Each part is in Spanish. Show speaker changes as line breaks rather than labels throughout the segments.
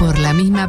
Buena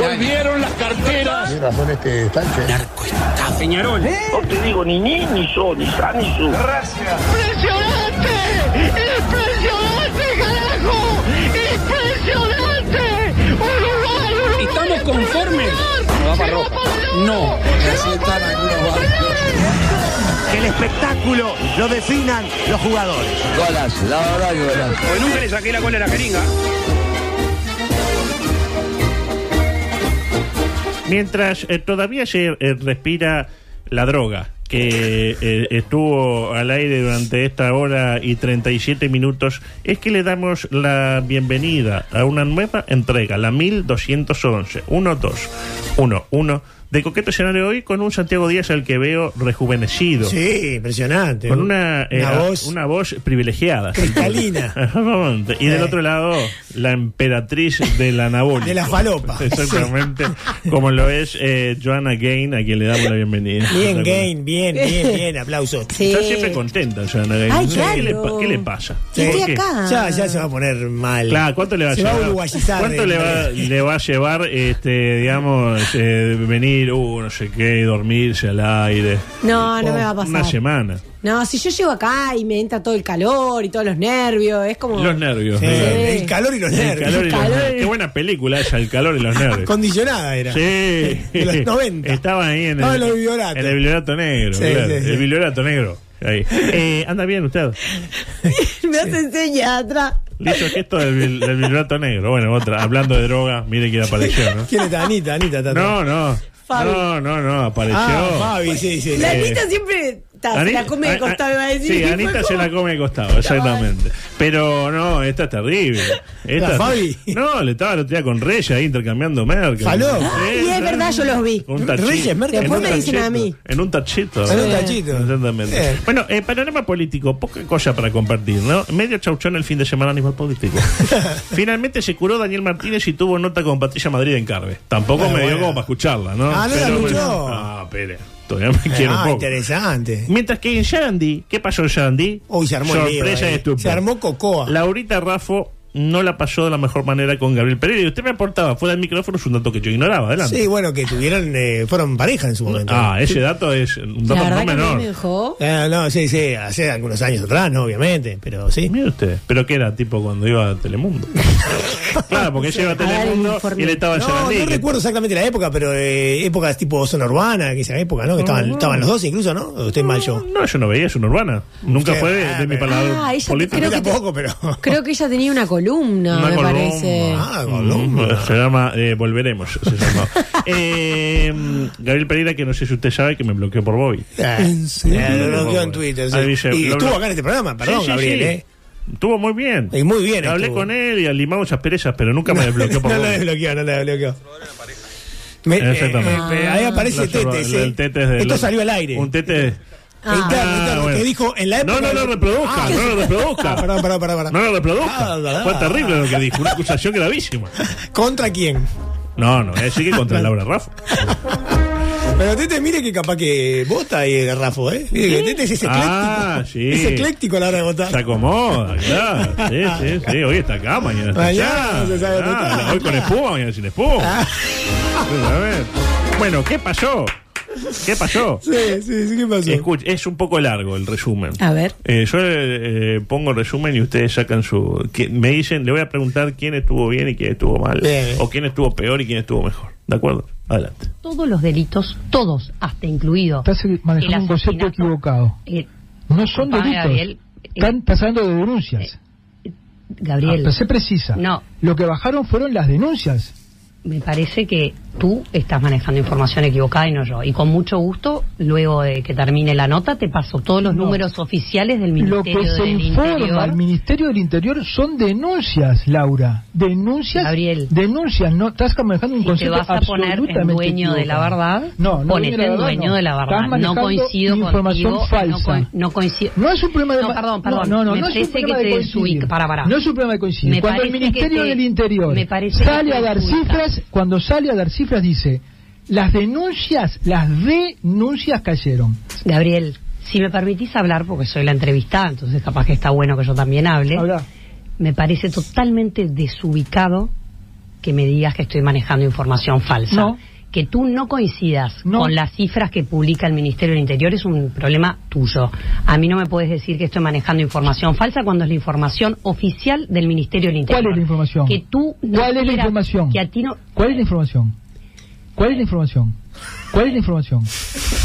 Volvieron las carteras. Peñarol.
No te digo ni ni, ni yo, ni sa, ni su.
¡Impresionante! ¡Impresionante, carajo! ¡Impresionante! ¡Uruguay, Uruguay!
¿Estamos conformes?
¡Se va para rojo!
No.
el espectáculo lo definan los jugadores.
Porque nunca le saqué la cola a la jeringa.
Mientras eh, todavía se eh, respira la droga que eh, estuvo al aire durante esta hora y 37 minutos, es que le damos la bienvenida a una nueva entrega, la 1211, 1211 de Coqueto Escenario hoy con un Santiago Díaz al que veo rejuvenecido.
Sí, impresionante.
Con una, eh,
Una voz.
una voz privilegiada.
Cristalina.
Exactamente. y del
Eh.
otro lado, la emperatriz de la anabólica.
De la falopa.
Exactamente. Como lo es eh, Joanna Gain, a quien le damos la bienvenida.
Bien, Gain, bien, bien, bien, aplausos.
Está siempre contenta, Joanna Gain.
Eh. Ay,
No sé ¿Qué, le,
claro.
pa- qué le pasa?
Sí.
¿Por qué?
acá.
Ya, ya se va a poner mal.
Claro, ¿cuánto le va a
Se va a
llevar?
uruguayizar
¿Cuánto
de-
le va, le va a llevar, este, digamos, eh, venir, uh, no sé qué, dormirse al aire?
Ah, No, no me va a pasar.
Una semana.
No, si yo llego acá y me entra todo el calor y todos los nervios, es como.
Los nervios.
Sí,
¿no?
El calor y los
El
nervios.
calor y los
Calor.
nervios. Qué buena película esa, El calor y los nervios.
Condicionada era.
Sí.
De los 90.
Estaba ahí en
Estaba
el,
en los biblioratos.
en el bibliorato negro.
Sí,
claro,
sí, sí.
El bibliorato negro. Ahí. Eh, anda bien usted.
me hacen señas atrás.
Le hizo gesto del, bil- del bibliorato negro. Bueno, otra. Hablando de droga, mire quién apareció, ¿no?
¿Quién está? Anita, Anita está atrás.
No, no.
Fabi.
No, no, no. Apareció.
Ah, Fabi, sí, sí.
La
Eh,
Anita siempre ta, se
Anita-
la come de
a- a-
costado, iba a decir.
Sí,
Y fue
Anita se
como-
la come de costado, exactamente. Pero no, esta es terrible. Esta
¿La Fabi?
No, le estaba el otro día con Reyes ahí intercambiando merca.
Faló.
Ay, es verdad, yo los vi.
Un tachito.
Reyes, merca,
En
después
un
me
dicen
tachito.
a mí.
En un tachito.
En un tachito.
Exactamente.
Sí.
Bueno, eh, panorama político, poca cosa para compartir, ¿no? Medio chauchón el fin de semana a nivel político. Finalmente se curó Daniel Martínez y tuvo nota con Patricia Madrid en Carve. Tampoco
Bueno,
me dio
bueno.
como para escucharla, ¿no?
Ah, no la
Pero-
escuchó.
Ah, espere. Todavía me quiero un
Ah,
poco.
interesante.
Mientras que en Sarandí, ¿qué pasó en Sarandí?
Uy, se armó el lío
Sorpresa
ahí.
y estupor.
Se armó cocoa.
Laurita Raffo no la pasó de la mejor manera con Gabriel Pereira. Y usted me aportaba fuera del micrófono es un dato que yo ignoraba. Adelante.
Sí, bueno, que tuvieron, eh, fueron pareja en su momento.
Ah, ese dato es un dato
La
no
verdad que a
menor.
mí me dejó.
Eh, no, sí, sí, hace algunos años atrás, no, obviamente, pero sí.
Mire usted, pero que era tipo cuando iba a Telemundo. claro, porque ella iba a
A dar el
Telemundo y
informe.
él estaba en
No,
Sarandí.
no
que-
recuerdo exactamente la época, pero eh, épocas tipo zona urbana, que esa época, ¿no? Que estaban, estaban los dos incluso, ¿no? O Usted mal yo.
No, yo no veía, es una urbana. Nunca
Sí,
fue de,
ah,
de mi
pero-
palabra
Ah, ella
política.
creo que-
Tampoco, pero.
Creo que ella tenía una columna,
Una
me
columna.
parece.
Ah, Columba.
Se llama eh, Volveremos. Se llama. Eh, Gabriel Pereira, que no sé si usted sabe que me bloqueó por Bobby.
Eh, eh, Lo bloqueó en
Bueno,
Twitter. sí.
ahí dice,
Y
lo-
estuvo
lo-
acá en este programa, perdón,
Sí, sí,
Gabriel,
sí.
¿eh?
Estuvo muy bien.
Y muy bien
Hablé
estuvo.
con él y alimamos asperezas, pero nunca me desbloqueó por
No lo
Bobby.
desbloqueó, no lo desbloqueó. Me- eh,
Exactamente.
eh, ahí aparece
Lo observa-
Tete. sí.
el Tete es de-
Esto
lo-
salió al aire.
Un tete.
Ah, interno, interno,
bueno.
que dijo en la época.
No, no lo
de-
reproduzca,
Ah,
no lo reproduzca.
Perdón, perdón, perdón. perdón.
No lo reproduzca.
Ah, verdad.
Fue terrible lo que dijo, una acusación gravísima.
¿Contra quién?
No, no, es que contra Laura Rafa.
Pero Tete, mire que capaz que vota y el Rafo, ¿eh? Mire que Tete es ecléctico.
Ah, sí.
Es ecléctico a la hora de
Se
votar.
acomoda, claro. Sí, sí, sí. Hoy está acá, mañana está
Mañana
allá.
se sabe Ah.
Claro,
tocar.
Hoy con espuma, mañana sin espuma. A ver. Bueno, ¿qué pasó? ¿Qué pasó?
Sí, sí, sí, ¿qué pasó?
Escuche, es un poco largo el resumen.
A ver.
Eh, yo eh, pongo resumen y ustedes sacan su. que- me dicen, le voy a preguntar quién estuvo bien y quién estuvo mal.
Bien.
O quién estuvo peor y quién estuvo mejor. ¿De acuerdo? Adelante.
todos los delitos, todos, hasta incluido. Eh, Estás manejando un concepto equivocado. no son delitos. Están pasando de denuncias. Eh, Gabriel.
pero se Ah, precisa.
No,
Lo que bajaron fueron las denuncias.
me parece que tú estás manejando información equivocada y no yo. Y con mucho gusto, luego de que termine la nota, te paso todos los números oficiales del
Lo
Ministerio
que se
del
informa al
Interior.
Ministerio del Interior son denuncias, Laura. Denuncias. Denuncias. No, estás manejando un
Si te
concepto
vas a poner en
absolutamente
dueño de la
equivocado.
verdad,
No, no
ponete en dueño
no.
de la verdad.
Estás
No
manejando
coincido
información
contigo,
falsa.
no co- no coincido.
No es un problema de
No,
ma-
perdón, perdón.
No, no, no,
Me
no es un
parece
problema
que
de
te
coincidir.
desubica- para, para.
No es un problema de coincidir.
Me
cuando el
parece que
Ministerio
te-
del Interior
me parece que
sale
te
a dar
desubica.
cifras, cuando sale a dar cifras dice, las denuncias, las denuncias cayeron.
Gabriel, si me permitís hablar, porque soy la entrevistada, entonces capaz que está bueno que yo también hable. Me parece totalmente desubicado que me digas que estoy manejando información falsa. Que tú no coincidas con las cifras que publica el Ministerio del Interior es un problema tuyo. A mí no me puedes decir que estoy manejando información falsa cuando es la información oficial del Ministerio del Interior.
¿Cuál es la información?
Que tú no
¿Cuál es la
quieras-
información?
Que a ti no...
¿Cuál es la información? ¿Cuál es la información? ¿Cuál es la información?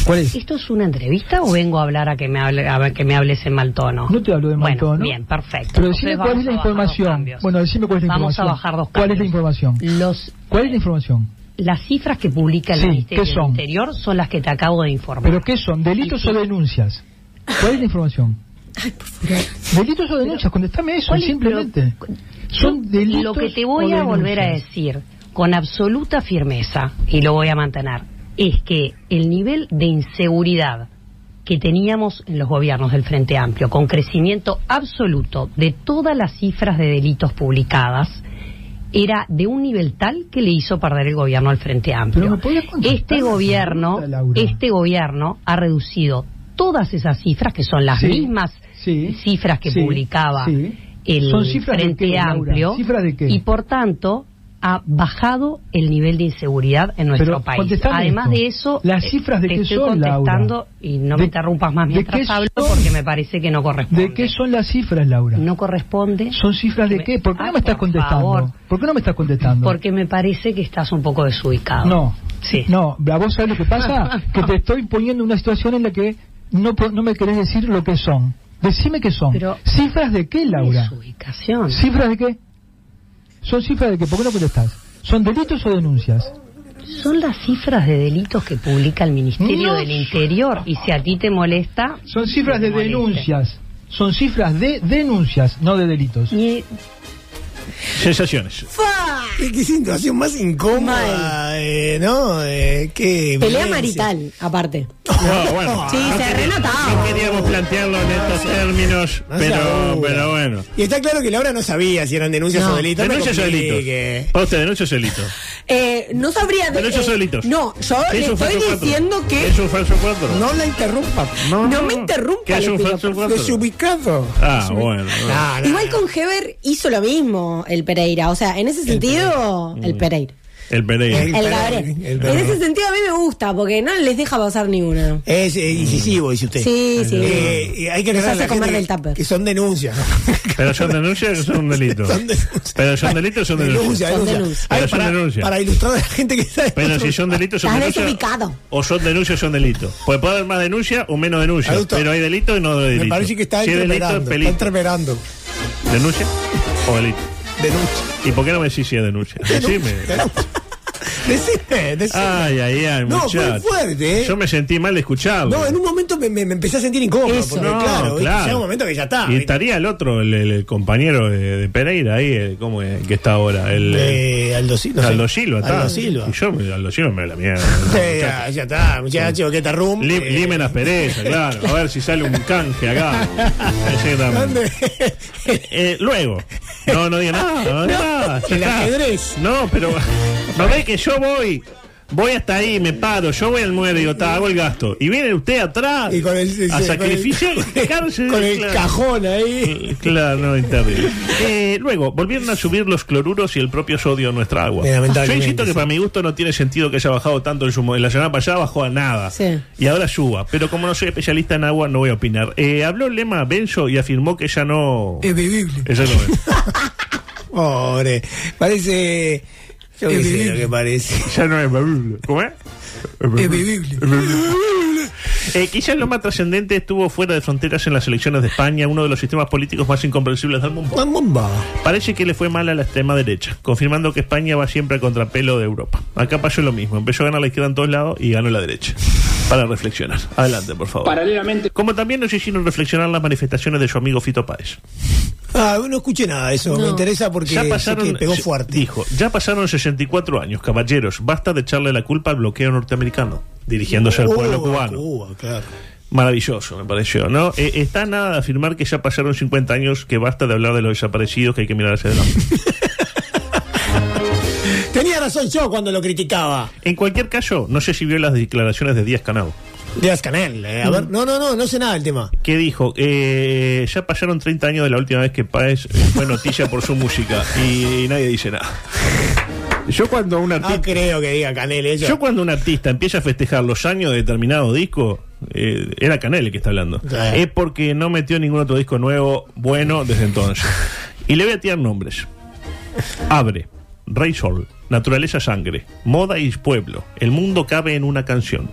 ¿Cuál es?
¿Esto es una entrevista o vengo a hablar a que me, hable, a ver que me hables en mal tono?
No te hablo de mal
Bueno,
tono.
bien, perfecto.
Pero
Entonces
decime cuál
vamos
es la
a bajar dos
información.
cambios.
Bueno, decime cuál es la
Vamos a
información.
bajar dos
¿Cuál es la
cambios.
información?
Los,
¿Cuál es la información?
las cifras que publica el
Sí,
Ministerio
¿qué
del
son?
Interior son las que te acabo de informar.
¿Pero qué son? ¿Delitos o denuncias? ¿Cuál es la información? ¿Delitos o denuncias? Contestame eso,
¿cuál es-
simplemente. Son delitos
Lo que te voy
o
a volver a
denuncias.
decir con absoluta firmeza, y lo voy a mantener, es que el nivel de inseguridad que teníamos en los gobiernos del Frente Amplio, con crecimiento absoluto de todas las cifras de delitos publicadas, era de un nivel tal que le hizo perder el gobierno al Frente Amplio. Este gobierno, este gobierno ha reducido todas esas cifras que son las
Sí,
mismas cifras que
sí,
publicaba
sí.
el
Son cifras de
Frente
qué, Laura?
Amplio
¿Cifras de qué?
y por tanto ha bajado el nivel de inseguridad en nuestro
Pero
país.
contestame
Además
esto.
de eso,
Las
eh,
cifras de
te
qué
estoy
son, Laura.
contestando y no me
¿De-
interrumpas más
de
mientras
qué
hablo
son?
porque me parece que no corresponde.
¿De qué son las cifras, Laura?
No corresponde.
¿Son cifras de qué? ¿Por qué no me estás contestando?
favor.
¿Por qué no me estás contestando?
Porque me parece que estás un poco desubicado.
No. No, a vos sabés lo que pasa, que te estoy poniendo en una situación en la que no, po- no me querés decir lo que son. Decime qué son. ¿Cifras de qué, Laura? ¿Cifras de qué? ¿Son cifras de qué? ¿Por qué no contestás? ¿Son delitos o denuncias?
Son las cifras de delitos que publica el Ministerio
No.
del Interior y si a ti te molesta...
Son cifras de denuncias. Son cifras de denuncias, no de delitos.
Sensaciones.
Qué, qué situación más incómoda, eh, ¿no? Eh, qué
Pelea
violencia.
marital, aparte.
No, bueno.
Sí,
no
se
quería-
renotaba.
No queríamos plantearlo en estos términos,
No se
pero,
apura.
pero bueno.
Y está claro que Laura no sabía si eran denuncias o delitos. no
Denuncias o
complique.
delitos. Para usted, denuncias o delitos.
Eh, no sabría de.
Pero ellos
eh,
solitos.
No, yo
Que
le
es un
estoy
falso cuatro.
diciendo que.
Es un falso cuatro.
No la interrumpa.
No, me interrumpa.
Que es
le
un
pido,
falso
por
cuatro.
favor.
Desubicado.
Ah, bueno.
No, no,
Igual con Heber hizo lo mismo el Pereira. O sea, en ese sentido, el Pereira.
El Pereira.
El, Gabriel. en ese sentido a mí me gusta porque no les deja pasar ni una.
Es eh, incisivo, dice usted.
Sí, sí.
Eh, y hay que
Nos
aclarar a
hace
la
comer
gente
del
que, que son denuncias.
Pero son denuncias o son delitos. Pero son delitos o son
Denuncia,
denuncias.
denuncia. Ay,
Pero son
para,
denuncias.
para ilustrar a la gente que está
Pero si son delitos son denuncias. O son denuncias o son delitos. Pues puede haber más denuncia o menos denuncia.
Adulto,
pero hay delito y no delito.
Me parece que está
si es delito, es
entreverando. Está
pelito.
entreverando.
¿Denuncia o delito?
Denuncia.
¿Y por qué no me decís si es denuncia? Decime.
Decime, decime.
Ay, ay, ay,
No,
muchacho.
muy fuerte, ¿eh?
Yo me sentí mal escuchado.
No, en un momento me, me- me empecé a sentir incómodo. Porque,
No,
claro, ¿viste?
claro.
llega un momento que ya está.
Y estaría el otro, el, el- el compañero de, de Pereira, ahí, el- ¿cómo es? El que está ahora. El,
Eh, Aldo Silva, sí.
Aldo Silva, está.
Aldo Silva.
Y yo, me- Aldo Silva me da la mierda.
Sí, ya, ya está, muchachos, que está rum.
Lim-
Eh,
Limen aspereza, claro. A ver si sale un canje acá. Exactamente. Eh, luego. No, no diga nada. No, diga nada. Ya
El
está.
ajedrez.
No, pero. No ve que yo voy. Voy hasta ahí, me paro, yo voy al mueble y digo, "Ta, hago el gasto. Y viene usted atrás
Y con el-
a
con el-
sacrificar. dejarse,
con el
claro.
cajón ahí.
Claro, no, es terrible. Eh, luego, volvieron a subir los cloruros y el propio sodio a nuestra agua.
Eh,
Yo
lamentablemente,
insisto que
sí.
para mi gusto no tiene sentido que haya bajado tanto en su mo- en La semana pasada bajó a nada.
Sí.
Y ahora suba. Pero como no soy especialista en agua, no voy a opinar. Eh, habló Lema Benzo y afirmó que ya no.
Es bebible.
Exactamente.
Pobre. Parece. Yo qué sé lo que parece.
Ya no es bebible. ¿Cómo es?
Es bebible.
Eh, quizás lo más trascendente estuvo fuera de fronteras en las elecciones de España, uno de los sistemas políticos más incomprensibles del mundo. Parece que le fue mal a la extrema derecha, confirmando que España va siempre a contrapelo de Europa. Acá pasó lo mismo, empezó a ganar la izquierda en todos lados y ganó la derecha. Para reflexionar. Adelante, por favor.
Paralelamente-
Como también nos hicieron reflexionar las manifestaciones de su amigo Fito Páez.
Ah, no escuché nada de eso. Me interesa porque sé que pegó
se-
fuerte.
Dijo, ya pasaron 64 años, caballeros, basta de echarle la culpa al bloqueo norteamericano, dirigiéndose al
Oh,
pueblo cubano.
Cuba, claro.
Maravilloso, me pareció, ¿no? Eh, está nada de afirmar que ya pasaron 50 años, que basta de hablar de los desaparecidos, que hay que mirar hacia adelante.
Tenía razón yo cuando lo criticaba.
En cualquier caso, no sé si vio las declaraciones de Díaz Canal.
Díaz Canel.
Mm.
eh, a ver, no, no, no, no sé nada del tema.
que dijo, eh, ya pasaron 30 años de la última vez que Páez eh, fue noticia por su música y, nadie dice nada. Yo cuando un artista...
No Ah, creo que diga Canel eh, eso.
Yo cuando un artista empieza a festejar los años de determinado disco, eh, era Canel el que está hablando.
Sí.
Es porque no metió ningún otro disco nuevo bueno desde entonces. Y le voy a tirar nombres. Abre, Rey Sol, Naturaleza Sangre, Moda y Pueblo, El Mundo Cabe en una Canción,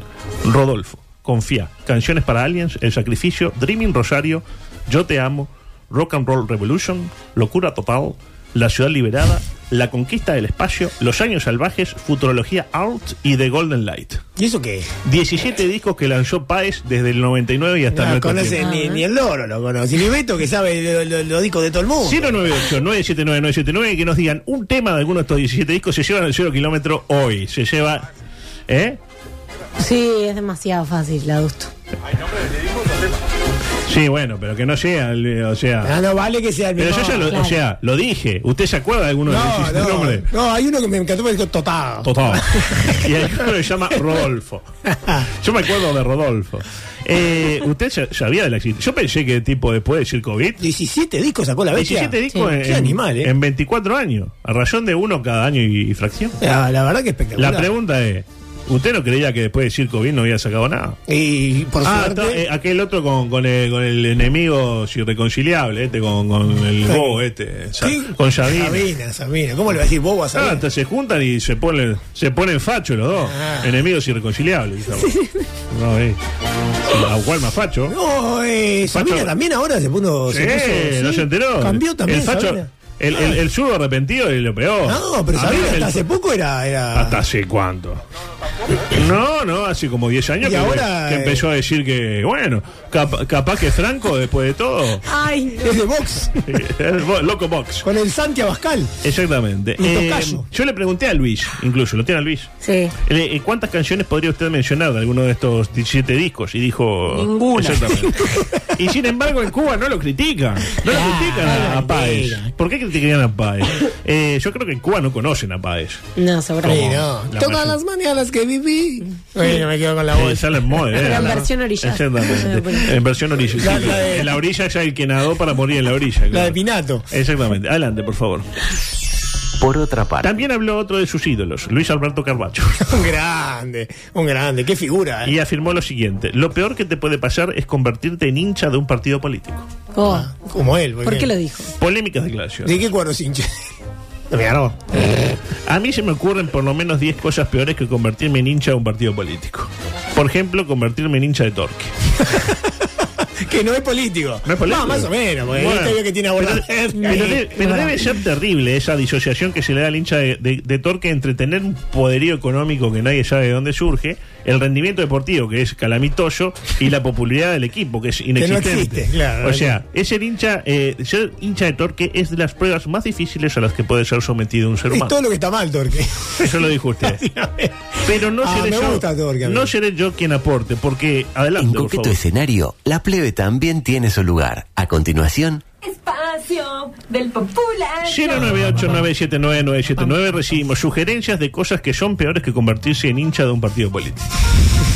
Rodolfo, Confía, Canciones para Aliens, El Sacrificio, Dreaming Rosario, Yo Te Amo, Rock and Roll Revolution, Locura Total, La Ciudad Liberada, La Conquista del Espacio, Los Años Salvajes, Futurología Out y The Golden Light.
¿Y eso qué?
17 discos que lanzó Paez desde el 99 y hasta
No
nuestro
conoce
tiempo.
ni, ni el loro, lo conoce. Ni Beto que sabe lo- lo- los discos de todo el mundo.
098-979-979 que nos digan un tema de alguno de estos 17 discos se llevan al 0 kilómetro hoy. Se lleva. ¿Eh?
Sí, es demasiado fácil, la gusto.
Sí, bueno, pero que no sea. el- O sea.
Ah, no vale que sea el
Pero
mismo.
yo ya lo, o sea, lo dije. ¿Usted se acuerda de alguno de los
No,
17
no,
nombres?
no, hay uno que me encantó, me dijo Totá.
Total. y hay uno que se llama Rodolfo. Yo me acuerdo de Rodolfo. Eh, ¿Usted sa- sabía de la existencia? Yo pensé que tipo después de decir COVID
17 discos sacó la bestia.
17 discos
Sí.
en,
Qué animal, eh.
en 24 años, a razón de uno cada año y, y fracción.
La, Ah, la verdad que
La
espectacular.
pregunta es, ¿usted no creía que después de Circo Bien no había sacado nada?
y por
ah,
suerte.
está, eh, aquel otro con, con el, con el enemigo irreconciliable, este con, con el
Sí.
bobo, este, Sa-
¿Qué?
con Sabina.
Sabina, Sabina. ¿Cómo le va a decir bobo a
Ah,
Sabina?
entonces se juntan y se ponen, se ponen facho los dos,
Ah.
enemigos irreconciliables. digamos. No, eh. ¿A cuál más facho?
No, eh, Sabina
Facho-
también ahora se puso.
Sí, no
sí.
se enteró.
Cambió también.
El facho,
Sabina.
el, el, el zurdo arrepentido y lo peor.
No, pero
A mí
Sabina
el-
hasta hace poco era. era...
¿Hasta hace cuánto? No, no, hace como 10 años
Y
que,
ahora,
que
eh,
empezó a decir que, bueno, cap- capaz que Franco, después de todo,
Ay,
Es de Vox,
es bo- loco box.
con el Santi Abascal.
Exactamente. Eh,
Y Tocayo.
yo le pregunté a Luis, incluso, lo tiene a Luis.
sí.
Le- eh, ¿Cuántas canciones podría usted mencionar de alguno de estos 17 discos? Y dijo.
Ninguna.
Exactamente. y sin embargo, en Cuba no lo critican. No lo critican a, a Páez. ¿Por qué criticarían a Páez? Eh, yo creo que en Cuba no conocen a Páez.
No, seguro.
Sí, no.
La
Todas
mayor-
las mañanas que viví. Bueno, me quedo con la voz.
Eh, sale en Moe, eh,
Pero en
¿no?
versión orilla.
Exactamente. En versión orilla. sí.
La- la de-
En la orilla ya el que nadó para morir en la orilla.
La de
claro.
Pinato.
Exactamente. Adelante, por favor.
Por otra parte,
También habló otro de sus ídolos, Luis Alberto Carbacho,
Un grande, un grande. Qué figura. eh.
y afirmó lo siguiente: Lo peor que te puede pasar es convertirte en hincha de un partido político.
Oh,
Como él.
¿Por qué lo dijo?
Polémicas
¿De
declaraciones.
qué cuadro se hincha? No me ganó.
A mí se me ocurren por lo menos 10 cosas peores que convertirme en hincha de un partido político. Por ejemplo, convertirme en hincha de Torque.
Que no es político.
No es político.
Va, más o menos, porque
Bueno.
este vio que tiene a
Pero,
volar.
pero de- pero debe ser terrible esa disociación que se le da al hincha de, de- de Torque entre tener un poderío económico que nadie sabe de dónde surge, el rendimiento deportivo que es calamitoso y la popularidad del equipo que es inexistente.
existe, claro.
o sea, es el hincha, eh, ser hincha de Torque es de las pruebas más difíciles a las que puede ser sometido un ser
Es
humano.
todo lo que está mal, Torque.
Eso lo dijo usted. Este. Pero no
Ah,
seré
me
yo,
gusta Torque, a mí.
no seré yo quien aporte, porque adelante.
en
por
coqueto
favor.
escenario, la plebe también tiene su lugar. A continuación,
Espacio del popular.
098979979 recibimos sugerencias de cosas que son peores que convertirse en hincha de un partido político.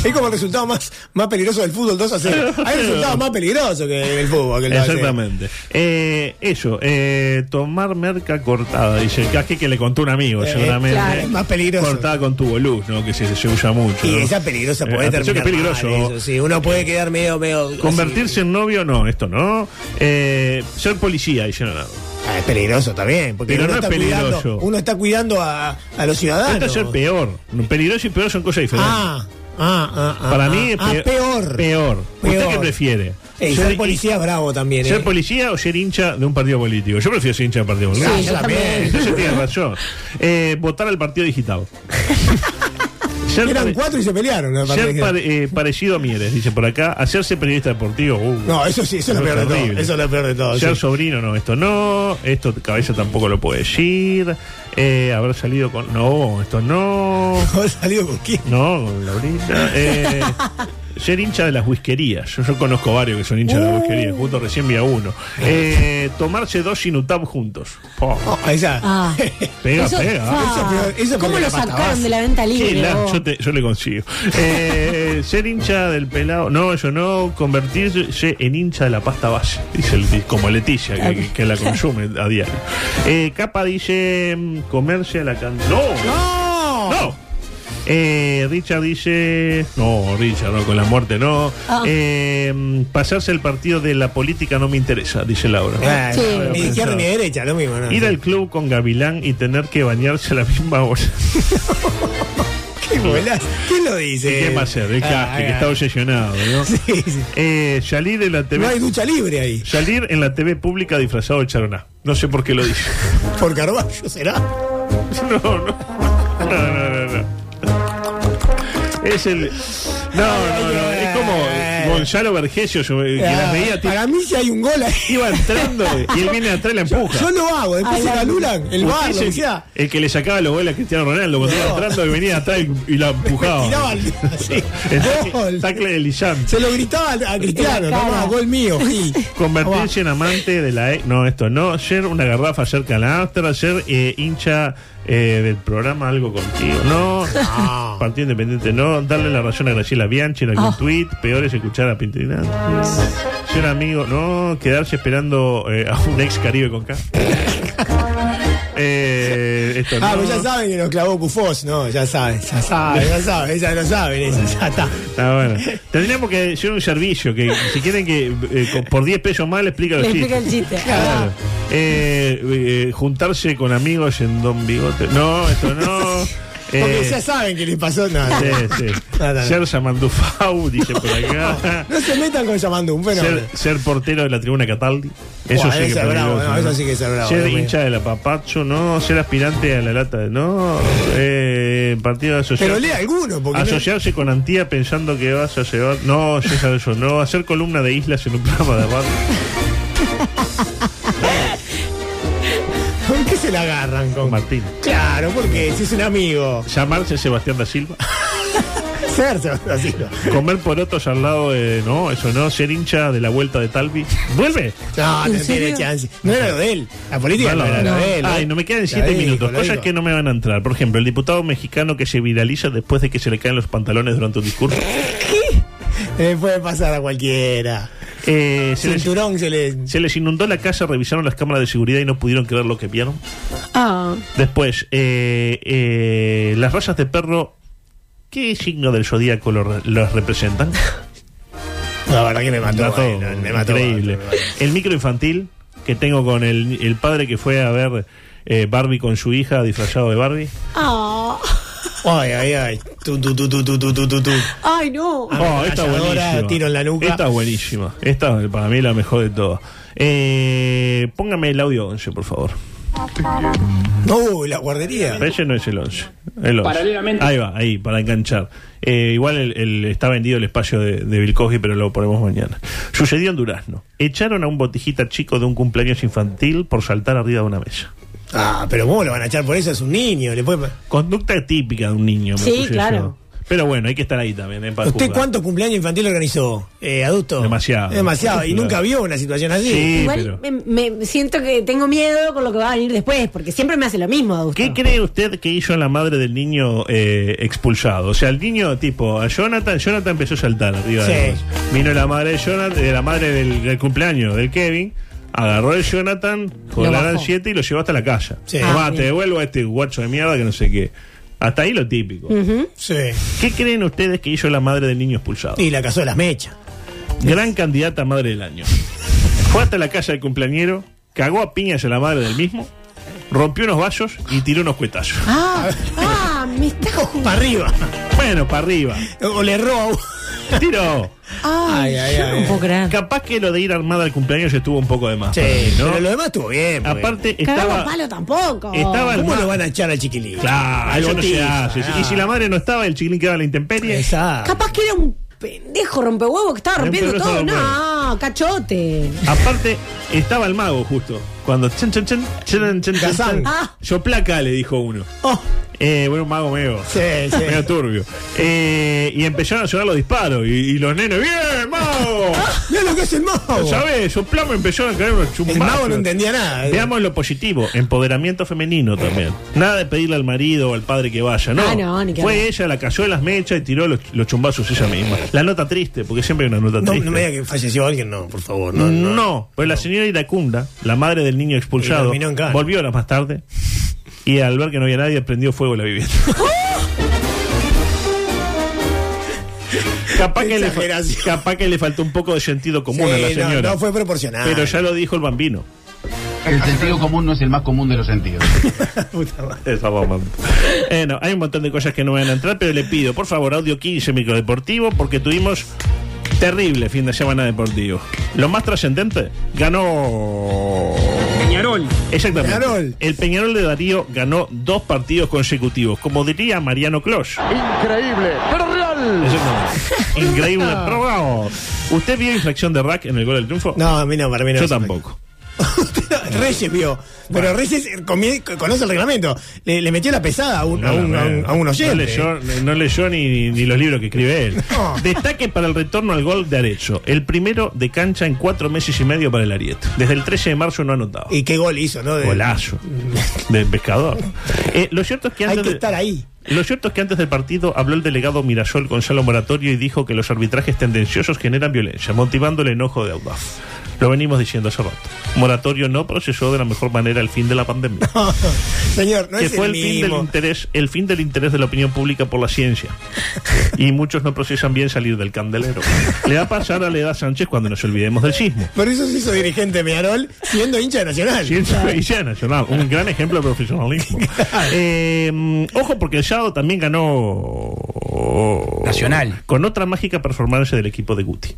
Es como el resultado más, más peligroso del fútbol 2 a 0. Hay resultados más peligrosos que el fútbol. Que el 2 a 0.
Exactamente. Eh, eso, eh, tomar merca cortada, dice el casque que le contó un amigo,
Eh,
seguramente.
claro, es más peligroso.
Cortada con tubo luz, ¿no? Que se, se usa mucho.
Y
¿no?
esa peligrosa puede
Eh, atención que
terminar.
es peligroso.
mal, eso, sí. Uno puede quedar medio, medio.
Convertirse en novio, no, esto no. Eh, ser policía, dice no, no.
así. Ah, es peligroso también. Porque
Pero
uno
no es
está
peligroso.
Cuidando, uno está cuidando a, a los
Esto
ciudadanos.
es ser peor. Peligroso y peor son cosas diferentes.
Ah, Ah, ah, ah,
Para
ah.
mí es
Ah,
peor.
peor.
Peor. ¿Usted
Peor.
qué prefiere?
Ey, ser policía es bravo también,
¿Ser
eh.
policía o ser hincha de un partido político? Yo prefiero ser hincha de un partido político.
Sí, yo también.
Entonces tiene razón. Eh, votar al partido digitado. Ser
Eran
pare-
cuatro y se pelearon. ¿no? Aparte
Ser
que-
pare- eh, parecido a Mieres, dice por acá. Hacerse periodista deportivo. uh,
No, eso sí, eso es lo peor de todo,
terrible.
eso es lo peor de todo,
Ser
sí.
sobrino, no, esto no. Esto cabeza tampoco lo puede decir. Eh, haber salido con. No, esto no.
¿Haber salido con quién?
No, con Laurita. Eh, ser hincha de las whiskerías. Yo, yo conozco varios que son hinchas
Uh.
de las whiskerías. Justo recién vi a uno. Eh, tomarse dos Sinutab juntos. Po.
Oh, esa.
Ah.
Pega,
Eso-
pega. ¿eh?
fa.
Eso peor- eso
ah, ¿Cómo
peor
lo
la pata
sacaron
base.
de la venta libre?
Sí, la-
vos?
yo, te- yo le consigo. Eh, ser hincha del pelado. No, yo no. Convertirse en hincha de la pasta base. Dice el- como Leticia, que, que- que la consume a diario. Eh, Capa dice mm, comerse a la can. ¡No!
¡No!
¡No! Eh, Richard dice. No, Richard, no, con la muerte no.
Ah.
Eh, mm, pasarse el partido de la política no me interesa, dice Laura.
Ah,
Sí.
no, Ni izquierda ni
Pensaba.
derecha, lo mismo. ¿no?
Ir al club con Gavilán y tener que bañarse a la misma hora.
Qué bolas. ¿Quién lo dice?
¿Y ¿Qué más hacer? El
Ah,
Caspi, que
ah.
está obsesionado, ¿no?
Sí, sí.
Eh, salir en la TV.
No hay ducha libre ahí.
Salir en la TV pública disfrazado de charoná. No sé por qué lo dice.
Por Carballo será.
No, no. No, no, no, no. Es el. No, no, no. Es como Gonzalo Vergesio, yo, eh, que
Ah,
las veía. tipo,
para mí si hay un gol ahí.
Iba entrando y él viene atrás y la empuja.
Yo lo hago, después se la anulan. El
Usted
bar,
es
lo que
el,
sea.
el que le sacaba los goles a Cristiano Ronaldo cuando iba entrando y venía atrás y, y la empujaba.
Tiraba al- así.
El
Gol.
tacle- tacle de Lillán.
Se lo gritaba a a Cristiano,
Claro.
tomá, gol mío. Gil.
Convertirse en amante de la... e- No, esto no. Ser una garrafa cerca de la after. Ser eh, hincha eh, del programa Algo Contigo. No.
No.
Partido Independiente no. Darle la razón a Graciela Bianchi en algún
Ah.
tweet. Peor es escuchar a Pinterina. Ser amigo. No. Quedarse esperando eh, a un ex Caribe con K. Eh, esto
Ah,
no.
pues ya saben que nos clavó Cufós, ¿no? Ya saben, ya saben, ya saben, ya lo saben, esa, ya está.
Ah, bueno. Tendríamos que hacer un servicio que si quieren que eh, con- por 10 pesos más le explica los
Le explica
chistes.
el chiste. Ah,
Claro. Eh, eh, juntarse con amigos en Don Bigote. No, esto no.
Porque
Eh,
ya saben que les pasó nada.
sí, sí.
Nada, nada.
Ser Samandufau, dice por acá.
No se metan con llamando un fenómeno.
Ser, ser portero de la tribuna Cataldi. Eso
Buah,
sí que
ese es bravo,
peligroso,
no, eso sí que es bravo,
Ser
Dios mío.
hincha de la papacho, no. Ser aspirante a la lata, de- no. Eh, partido asociado.
Pero lea alguno, porque. no-
Asociarse con Antía pensando que vas a llevar. No, César, eso no. Hacer columna de islas en un programa de radio.
¿Por qué se la agarran con
Martín.
Claro, porque si es un amigo.
Llamarse Sebastián da Silva.
Serse así. ¿no?
Comer porotos al lado de. No, eso no. Ser hincha de la vuelta de Talvi. ¡Vuelve!
No, no
¿En
tiene
serio?
chance. No era lo de él. La política
No,
no, era
no.
lo de él.
Ay,
¿eh?
no me quedan
Lo
siete
digo,
minutos.
lo
Cosas
digo.
que no me van a entrar. Por ejemplo, el diputado mexicano que se viraliza después de que se le caen los pantalones durante un discurso.
Le puede pasar a cualquiera.
Eh, se, les,
Cinturón se le.
se les inundó la casa, revisaron las cámaras de seguridad y no pudieron creer lo que vieron.
Ah.
Después, eh, eh, las razas de perro, ¿qué signo del zodíaco lo re- las representan?
La verdad que me mató.
Dato
bueno, me mató.
increíble.
me mató.
El micro infantil que tengo con el, el padre que fue a ver eh, Barbie con su hija disfrazado de Barbie.
Ah.
Ay, ay, ay. Tú, tú, tú, tú, tú, tú, tú, tú, tú.
Ay, no.
Ah.
Oh, esta
Ametralladora,
buenísima.
tiro en la nuca.
Esta buenísima. Esta es para mí la mejor de todas. Eh, póngame el audio 11, por favor.
No, la guardería.
Pero ese no es el 11. El 11.
Paralelamente-
Ahí va, ahí, para enganchar. Eh, igual el, el- está vendido el espacio de, de Bill Cosby, pero lo ponemos mañana. Sucedió en Durazno. Echaron a un botijita chico de un cumpleaños infantil por saltar arriba de una mesa.
Ah, pero ¿cómo lo van a echar por eso? Es un niño. Le puede...
Conducta típica de un niño. me
Sí,
puse
claro.
yo. Pero bueno, hay que estar ahí también. eh, para
¿Usted
juzgar.
cuántos cumpleaños infantiles organizó, eh, adulto?
Demasiado.
Demasiado. Y
Claro.
nunca vio una situación así.
Sí,
Igual
pero-
me, me siento que tengo miedo con lo que va a venir después, porque siempre me hace lo mismo, Augusto.
¿Qué cree usted que hizo la madre del niño eh, expulsado? O sea, el niño tipo, a Jonathan, Jonathan empezó a saltar arriba. de la
Sí.
mesa. Vino la madre de Jonathan, de la madre del, del cumpleaños del Kevin, agarró el Jonathan,
Lo
colgaron
bajó.
siete y lo llevó hasta la calle.
Sí.
Tomá,
Ah,
te
bien.
devuelvo a este guacho de mierda que no sé qué. Hasta ahí lo típico.
Sí.
¿Qué creen ustedes que hizo la madre del niño expulsado?
Y la casó de las mechas.
Gran candidata a madre del año. Fue hasta la casa del cumpleañero, cagó a piñas a la madre del mismo, rompió unos vasos y tiró unos cuetazos.
Ah, ah, me está
Para arriba.
Bueno, para arriba.
O le robo.
Tiro.
Ay,
Ay, ay,
yo
ay.
no puedo creer.
Capaz que lo de ir armada al cumpleaños estuvo un poco de más.
Sí,
para mí, ¿no?
pero lo demás estuvo bien. porque-
Aparte,
Cagar
estaba.
con palo tampoco.
estaba el
¿Cómo
ma-
lo van a echar al chiquilín?
Claro,
Al
eso no se
botijo,
hace.
nada.
Y si la madre no estaba, el chiquilín quedaba a la intemperie.
Exacto.
Capaz que era un pendejo rompehuevo que estaba
Era un
rompiendo
perro
todo.
rompehuevo.
No, cachote.
Aparte, estaba el mago justo. Cuando chen, chen, chen, chen, chen, chen,
Gazán.
chen.
Ah.
Yo placa, le dijo uno.
Oh,
Eh, bueno, un mago meo.
Sí, sí.
Medio turbio. Eh, y empezaron a sonar los disparos. Y, y los nenes, ¡bien, mago!
mira lo que es el mago.
¿Sabes? Yo plamo empezaron a caer unos
El mago no
chumbazos.
entendía nada.
Veamos lo positivo, empoderamiento femenino también. Nada de pedirle al marido o al padre que vaya, no.
Ah, no, ni que
Fue
hablar.
ella, la cayó de las mechas y tiró los, los chumbazos ella misma. La nota triste, porque siempre hay una nota
No,
triste.
no me diga que falleció alguien, no, por favor. No,
No, pues la señora Iracunda, la madre del niño
Y
expulsado,
terminó en cana.
volvió horas más tarde y al ver que no había nadie prendió fuego la vivienda. capaz, que le, fa-
Exageración.
capaz que le faltó un poco de sentido común a la
Sí, no,
señora.
no fue proporcional.
Pero ya lo dijo el bambino.
El sentido común no es el más común de los sentidos.
Puta madre.
Esa bomba. Eh, no, hay un montón de cosas que no van a entrar, pero le pido, por favor, audio 15 microdeportivo, porque tuvimos terrible fin de semana deportivo. Lo más trascendente, ganó.
Peñarol.
Exactamente.
Peñarol.
El Peñarol de Darío ganó dos partidos consecutivos, como diría Mariano Clos.
Increíble, pero real.
Exactamente. Increíble prórroga. ¿Usted vio infracción de Rack en el gol del triunfo?
No, a mí no, para mí no.
Yo tampoco.
Reyes vio. Pero Reyes eh, comie- conoce el reglamento. Le, le metió la pesada a un, a un, a un- a un oyente.
No leyó, no leyó ni, ni- ni los libros que escribe él.
¿eh? No.
Destaque para el retorno al gol de Arecho. El primero de cancha en cuatro meses y medio para el Ariete. Desde el 13 de marzo no anotaba.
Y eh, qué gol hizo, ¿no? De-
Golazo. Del pescador. Eh, lo cierto es que
Hay
antes
que
de-
estar ahí.
Lo cierto es que antes del partido habló el delegado Mirasol Gonzalo Moratorio y dijo que los arbitrajes tendenciosos generan violencia, motivando el enojo de Audaz. Lo venimos diciendo hace rato. Moratorio no procesó de la mejor manera el fin de la pandemia
Señor, no
que
es
fue el, fin del
mismo.
interés, el fin del interés de la opinión pública por la ciencia. Y muchos no procesan bien salir del candelero. Le va a pasar a la edad Sánchez cuando nos olvidemos del sismo.
Por eso se hizo dirigente de Peñarol siendo hincha de Nacional.
Ciencia y Ciencia Nacional, un gran ejemplo de profesionalismo. Eh, mm, ojo, porque el sábado también ganó
Nacional.
con otra mágica performance del equipo de Guti.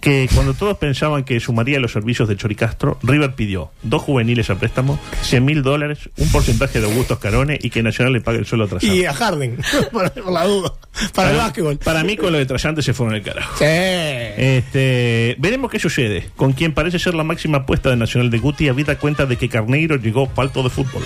Que cuando todos pensaban que sumaría los servicios de Choricastro, River pidió dos juveniles a préstamo, 100 mil dólares, un porcentaje de Augusto Carone y que Nacional le pague el suelo atrasado.
Y a Harden, por, por la duda. Para, el básquetbol.
Para mí, con lo de Trayante se fueron al carajo.
Sí.
Este, veremos qué sucede con quien parece ser la máxima apuesta de Nacional de Guti, habida cuenta de que Carneiro llegó falto de fútbol.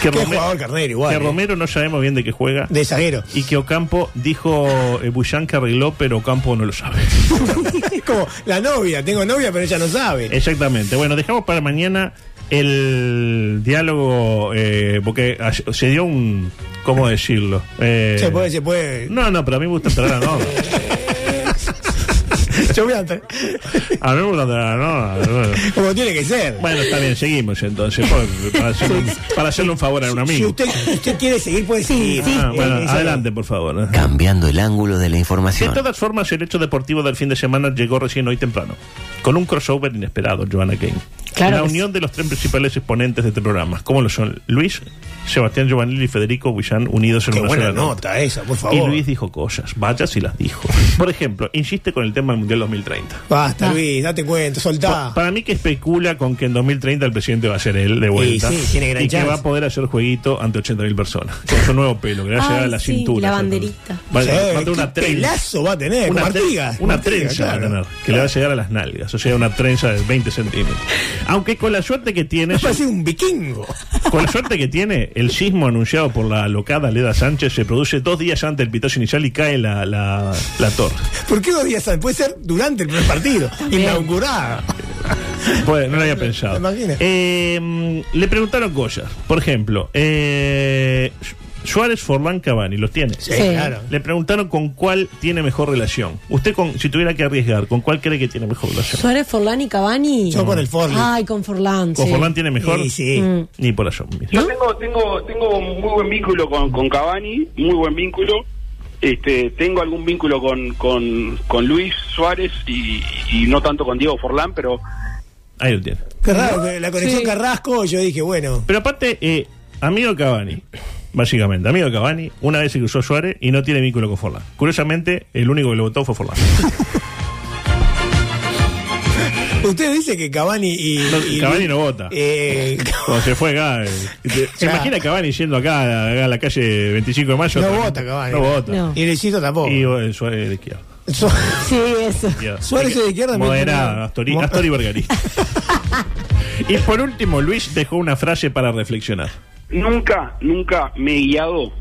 que,
Qué
Rome-
jugador Carnero igual.
que
eh.
Romero no sabemos bien de qué juega.
De zaguero.
y que Ocampo dijo eh, Bullán que arregló, pero Ocampo no lo sabe.
Es como la novia, tengo novia, pero ella no
Eh,
sabe.
Exactamente. Bueno, dejamos para mañana el diálogo, eh, porque ayer- se dio un. ¿Cómo decirlo? Eh,
se puede, se puede.
No, no, pero a mí me gusta entrar a no.
Yo voy a tra-
A mí me gusta entrar a no.
Como tiene que ser.
Bueno, está bien, seguimos entonces. por- para, hacerle, un- para hacerle un favor a un
Si
amigo.
usted, usted quiere seguir, puede seguir.
Ah,
Eh,
bueno,
esa-
adelante, por favor.
Cambiando el ángulo de la
De
información.
todas formas, el hecho deportivo del fin de semana llegó recién hoy temprano, con un crossover inesperado, Joana Kane.
Claro
la
que sí.
unión de los tres principales exponentes de este programa, como lo son Luis, Sebastián Giovanni y Federico Buillán, unidos en
Qué
una
buena
sola nota.
nota esa, por
Y
favor.
Luis dijo cosas, vaya si las dijo. Por ejemplo, insiste con el tema del Mundial 2030.
Basta, Luis, date cuenta, soltá.
"Ah". Pa- Para mí que especula con que en 2030 el presidente va a ser él de vuelta.
sí, tiene gran
y que
chance.
va a poder hacer jueguito ante 80.000 personas. Con su nuevo pelo, gracias
Ay,
a la
sí,
cintura.
la
exactamente.
banderita.
Va,
Sí,
va a tener
qué
una trenza.
pelazo va a tener,
una
como
tre-
Artigas, como
una
Artigas,
trenza va a
claro.
tener, que le va a llegar a las nalgas. O sea, una trenza de 20 centímetros. Aunque con la suerte que tiene...
Parece un vikingo.
Con la suerte que tiene, el sismo anunciado por la locada Leda Sánchez se produce dos días antes del pitazo inicial y cae la, la, la torre.
¿Por qué dos días antes? Puede ser durante el primer partido. Inaugurada.
Bueno, no lo había pensado.
¿Te imaginas?
Eh, mm, le preguntaron cosas. Por ejemplo, eh, Suárez, Forlán, Cavani, ¿los tiene?
Sí, claro.
Le preguntaron con cuál tiene mejor relación. Usted, con, si tuviera que arriesgar, ¿con cuál cree que tiene mejor relación?
Suárez, Forlán y Cavani.
Yo con el Forlán.
Ay, con Forlán.
¿Con
sí.
Forlán tiene mejor?
Sí, sí.
Mm.
Ni por asomo, mire.
Yo tengo, tengo, tengo muy buen vínculo con, con Cavani, muy buen vínculo. Este, tengo algún vínculo con, con, con Luis Suárez y, y no tanto con Diego Forlán, pero
Ahí lo tiene.
Qué raro, que la conexión
Sí.
Carrasco, yo dije, bueno.
Pero aparte, eh, amigo Cavani, Básicamente, amigo de Cavani, una vez se cruzó Suárez y no tiene vínculo con Forlán. Curiosamente, el único que lo votó fue Forlán.
Usted dice que Cavani y. y
Cavani
Luis-
no vota.
Eh,
Cuando se fue acá. eh, ¿Se
Claro.
imagina Cavani yendo acá, a- acá a la calle 25 de mayo?
No
Otra-
vota Cavani.
No vota.
No. Y Luisito tampoco.
Y eh, Suárez de izquierda.
Su-
Sí, eso.
izquierda.
Suárez es de izquierda.
Moderada, Astori,
Mo-
Astori Vergari. y por último, Luis dejó una frase para reflexionar.
Nunca, nunca me he guiado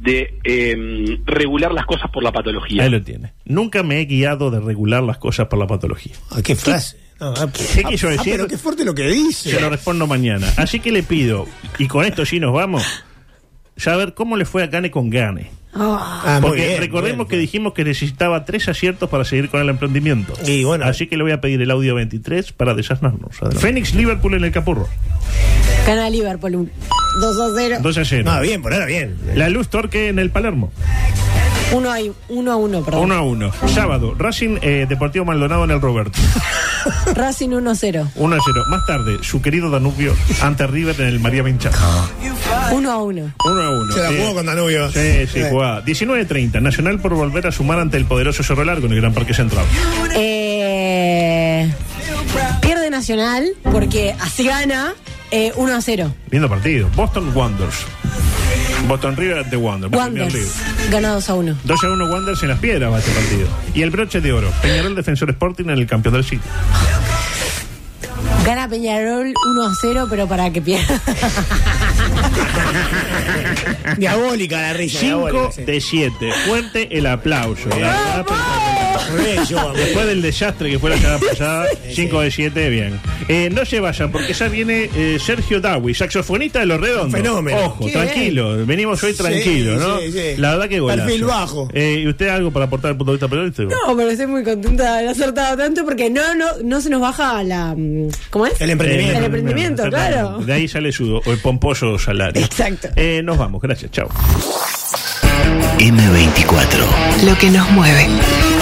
de
Em,
eh, regular las cosas por la patología.
Ahí lo tiene. Nunca me he guiado de regular las cosas por la patología.
Ah, ¿Qué frase? No, ah,
Sé que yo
ah,
decía-
pero qué fuerte lo que dice.
Se lo respondo mañana. Así que le pido, y con esto sí nos vamos, saber cómo le fue a Gane con Gane.
Ah, muy
Porque
bien,
recordemos
muy bien.
que dijimos que necesitaba tres aciertos para seguir con el emprendimiento.
Y bueno.
Así que le voy a pedir el audio 23 para desasnarnos. Adelante. Fénix Liverpool en el Capurro.
Gana Liverpool un 2 a 0.
2 a 0.
No, bien, por ahora bien.
La Luz Torque en el Palermo.
1 a 1, perdón.
1 a 1. Sábado, Racing eh, Deportivo Maldonado en el Roberto.
Racing 1 a 0.
1 a 0. Más tarde, su querido Danubio ante River en el María Benchá.
1 a 1.
1 a 1.
Se la jugó con Danubio.
Sí, sí,
Eh.
jugá. 19.30, Nacional por volver a sumar ante el poderoso Cerro Largo en el Gran Parque Central.
Eh, pierde Nacional porque así gana eh, 1 a 0.
Lindo partido. Boston Wanderers. Boston River ante Wanderers. Boston
Wanderers
River.
gana 2 a 1.
2 a 1 Wanderers en las piedras va este partido. Y el broche de oro. Peñarol Defensor Sporting en el campeón del sitio.
Gana Peñarol 1 a 0, pero para que pierda.
Diabólica la risa.
5
diabólica, sí.
de 7. Fuerte el aplauso. La verdad,
Muy bien, Joan, muy bien.
Después del desastre que fue la semana pasada, 5 de 7, bien. Eh, no se vayan, porque ya viene eh, Sergio Dawi, saxofonista de Los Redondos.
Fenómeno.
Ojo,
Qué
tranquilo. Venimos hoy
Sí,
tranquilo, ¿no?
sí, sí.
La verdad que golazo.
Perfil bajo.
Eh, ¿Y usted algo para aportar al punto de vista periodístico?
No, pero estoy muy contenta de haber acertado tanto porque no, no, no se nos baja la. mm, ¿Cómo es?
El emprendimiento.
El emprendimiento, claro.
Eh, Exactamente. De ahí sale su o el pomposo salario.
Exacto.
Eh, nos vamos, gracias, chao.
M24.
Lo que nos mueve.